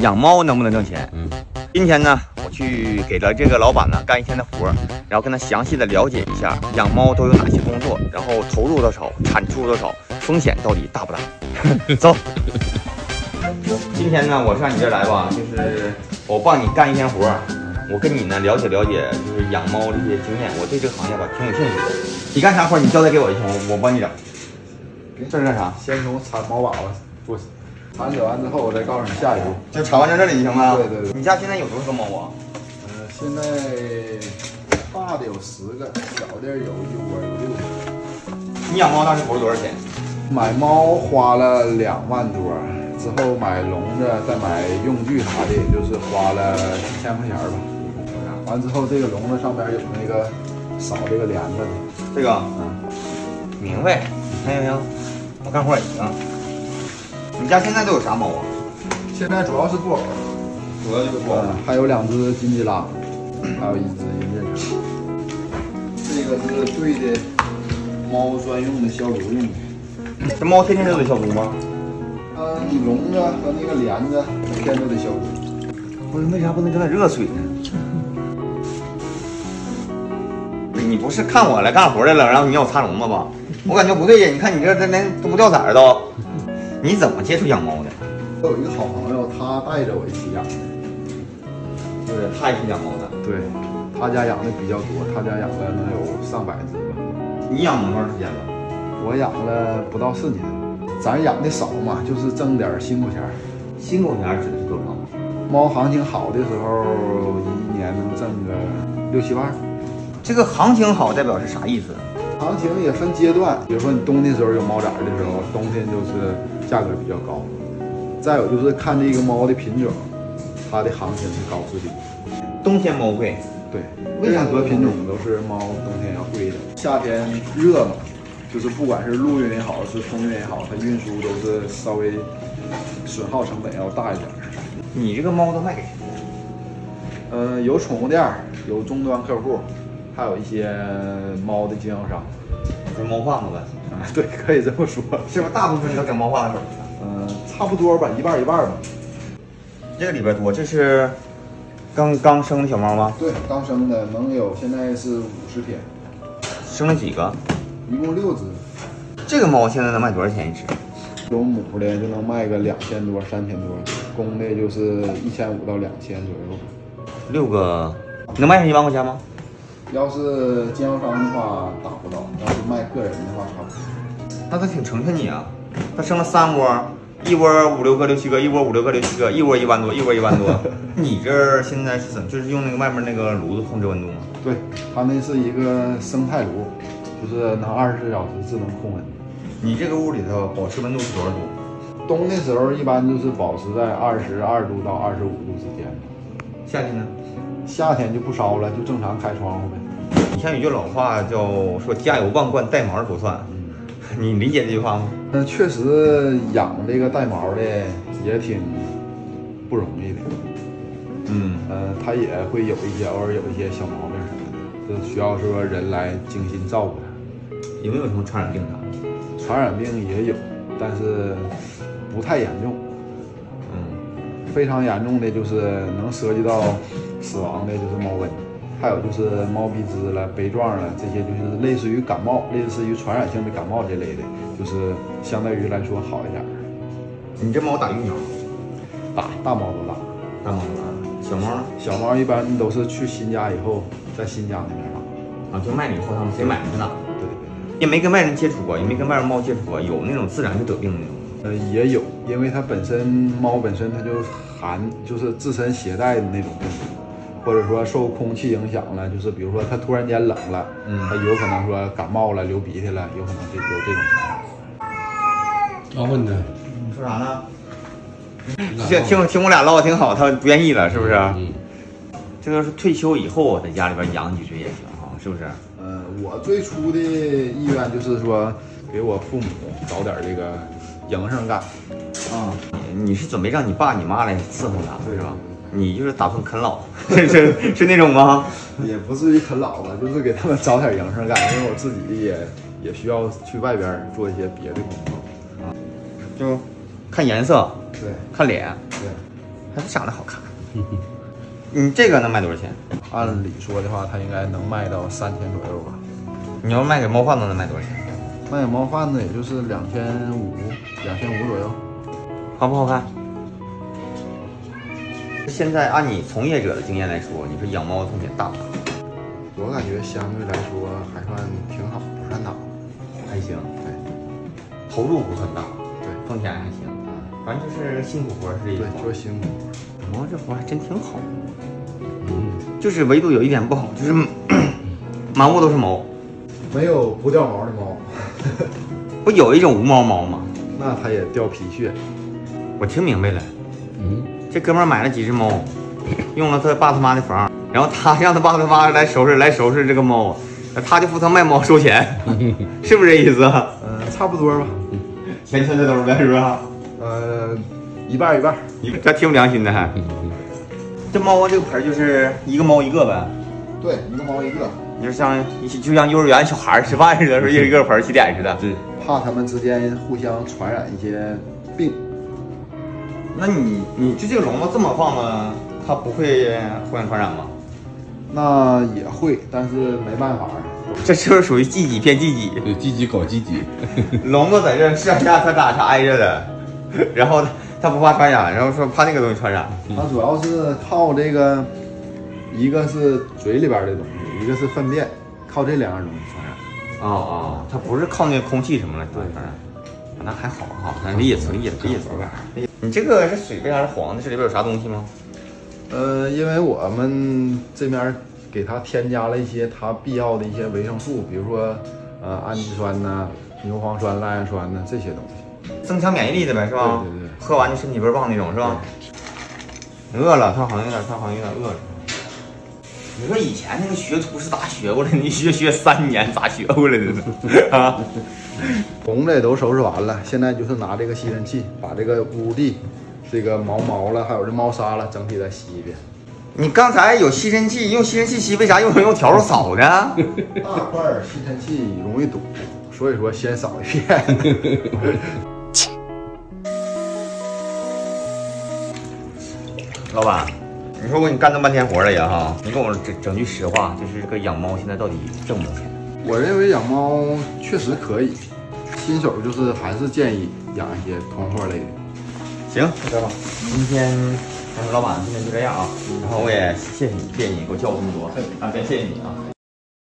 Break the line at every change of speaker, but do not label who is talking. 养猫能不能挣钱？
嗯，
今天呢，我去给了这个老板呢干一天的活儿，然后跟他详细的了解一下养猫都有哪些工作，然后投入多少，产出多少，风险到底大不大？ 走。今天呢，我上你这儿来吧，就是我帮你干一天活儿，我跟你呢了解了解，就是养猫这些经验，我对这个行业吧挺有兴趣的。你干啥活儿？你交代给我一下，我我帮你整。这是干啥？
先从铲毛粑粑做起，铲起完之后，我再告诉你下一步。
就铲完在这里行吗？
对对对
你家现在有多少个猫啊？
呃，现在大的有十个，小的有一窝有六个。
你养猫当时投入多少钱？
买猫花了两万多，之后买笼子，再买用具啥的，也就是花了一千块钱吧。完之后，这个笼子上边有那个扫这个帘子的，
这个
啊，
明白，行行行，我干活也行。你家现在都有啥猫啊？
现在主要是布偶，
主要就是
嗯，还有两只金鸡拉，还啊有一只银渐层。这个是对的，猫专用的消毒用的。
这猫天天都得消毒吗？
呃，笼子和那个帘子每天都得消毒。
不是，为啥不能整点热水呢？你不是看我来干活来了，然后你让我擦笼子 吧？我感觉不对呀，你看你这这连都不掉色儿都。你怎么接触养猫的？
我有一个好朋友，他带着我一起养的。
就是他也是养猫的。
对，他家养的比较多，他家养了能有上百只吧。
你养猫多长时间了？
我养了不到四年，咱养的少嘛，就是挣点儿辛苦钱儿。
新狗钱指的是多少？
猫行情好的时候，一年能挣个六七万。
这个行情好代表是啥意思？
行情也分阶段，比如说你冬天时候有猫崽儿的时候，冬天就是价格比较高。再有就是看这个猫的品种，它的行情是高是低。
冬天猫贵，
对，
为啥
任何品种都是猫冬天要贵的。夏天热嘛，就是不管是陆运也好，是空运也好，它运输都是稍微损耗成本要大一点儿。
你这个猫都卖给谁？
呃，有宠物店儿，有终端客户，还有一些猫的经销商。
就是猫贩子呗，
啊，对，可以这么说。
是不是大部分都整猫贩子手里？
嗯，差不多吧，一半儿一半儿吧。
这个里边多，这是刚刚生的小猫吗？
对，刚生的能有现在是五十天，
生了几个？
一共六只，
这个猫现在能卖多少钱一只？
有母的就能卖个两千多、三千多，公的就是一千五到两千左右。
六个，能卖上一万块钱吗？
要是经销商的话达不到，要是卖个人的话差不多。
那它挺成全你啊，它生了三窝，一窝五六个、六七个，一窝五六个、六七个，一窝一万多，一窝一万 多。你这儿现在是怎么？就是用那个外面那个炉子控制温度吗？
对，它那是一个生态炉，就是能二十四小时自动控温。
你这个屋里头保持温度是多少度？
冬的时候一般就是保持在二十二度到二十五度之间，
夏天呢？
夏天就不烧了，就正常开窗户呗。
你像有句老话叫说“家有万贯，带毛的不算”， 你理解这句话吗？
那确实养这个带毛的也挺不容易的，
嗯，
呃，它也会有一些偶尔有一些小毛病什么的，就需要说人来精心照顾它。
有没有什么传染病啥的？
传染病也有，但是不太严重，
嗯，
非常严重的就是能涉及到死亡的就是猫瘟，还有就是猫鼻支了、杯状了，这些就是类似于感冒、类似于传染性的感冒这类的，就是相对于来说好一点儿。
你这猫打疫苗吗？
打大猫都打。
大猫啊，小猫呢？
小猫一般都是去新家以后，在新家那边打。
啊，就卖你后他们谁买谁打，
对对
也没跟外人接触过，也没跟外人猫接触过，有那种自然就得病的那种。
对，呃，也有，因为它本身猫本身它就含，就是自身携带的那种病毒，或者说受空气影响了，就是比如说它突然间冷了，
嗯
它有可能说感冒了、流鼻涕了，有可能这有这种情况。
要问他，
你说啥呢？
你咋
听
唠
听听我俩唠得挺好，他不愿意了，是不是？
嗯，
这个是退休以后在家里边养几只也行哈，是不是？
呃，我最初的意愿就是说，给我父母找点这个营生干。
啊，你是准备让你爸你妈来伺候他，
对
是吧
对？
你就是打算啃老， 是是是那种吗？
也不至于啃老吧，就是给他们找点营生干，因为我自己也也需要去外边儿做一些别的工作。
就看颜色，
对
看脸，
对，
还不长得好看。你这个能卖多少钱？
按理说的话，它应该能卖到三千左右吧。
你要卖给猫贩子能卖多少钱？
卖给猫贩子也就是两千五，两千五左右。
好不好看？现在按你从业者的经验来说，你说养猫的风险大吗？
我感觉相对来说还算挺好，不算大。
还行，
对
投入不算大，
对
风险还行，反正就是辛苦活儿是一
对
种，。
就是辛苦。
养猫哦这活儿还真挺好，就是唯独有一点不好，就是 满屋都是毛。
没有不掉毛的猫，
不有一种无毛猫吗？
那它也掉皮屑。
我听明白了，
嗯，
这哥们儿买了几只猫，用了他爸他妈的房，然后他 让他爸他妈来收拾来收拾这个猫，啊他就负责卖猫收 钱，是不是这意思？
嗯、差不多吧。
钱全在兜呗，是不是？
呃，一半儿一半儿。
你这挺不良心的还。这猫啊窝这个盆儿就是一个猫一个呗，
对，一个猫一个，
你就像一起就像幼儿园小孩儿吃饭似的，说一人一个盆儿起点似的。
对，
怕它们之间互相传染一些病。
那你你就这个笼子这么放呢，它不会互相传染吗？
那也会，但是没办法儿。
这就是属于自己骗自己。
对，积极搞积极，
笼子在这儿上下它俩是挨着的， 然后它它不怕传染，然后说怕那个东西传染。
它主要是靠这个，一个是嘴里边儿的东西，一个是粪便，靠这两样东西传染。
哦哦，它不是靠那空气什么来传染，那还好哈，那理解存理解理解存呗。你这个这水为啥是黄的？这里边有啥东西吗？
呃，因为我们这边儿给它添加了一些它必要的一些维生素，比如说呃氨基酸呐、牛磺酸、赖氨酸呐、这些东西。
增强免疫力的呗，是吧？
对对对
喝完就身体倍儿棒那种，是吧？你饿了，他好像有点，他好像有点饿了。你说以前那个学徒是咋学过来的？ 你学学三年咋学过来的 呢？啊？
笼子也都收拾完了，现在就是拿这个吸尘器把这个屋地、这个毛毛了，还有这猫砂了，整体再吸一遍。
你刚才有吸尘器，用吸尘器吸，为啥用用笤帚扫呢？
大块儿吸尘器容易堵，所以说先扫一遍。
老板，你说我给你干这么半天活了也哈，你跟我整整句实话，就是这个养猫现在到底挣不挣钱？
我认为养猫确实可以，新手就是还是建议养一些通货类的。
行，就这吧。今天， 老板今天就这样啊，然后我也谢谢你，谢谢你给我教我这么多，啊，真谢谢你啊。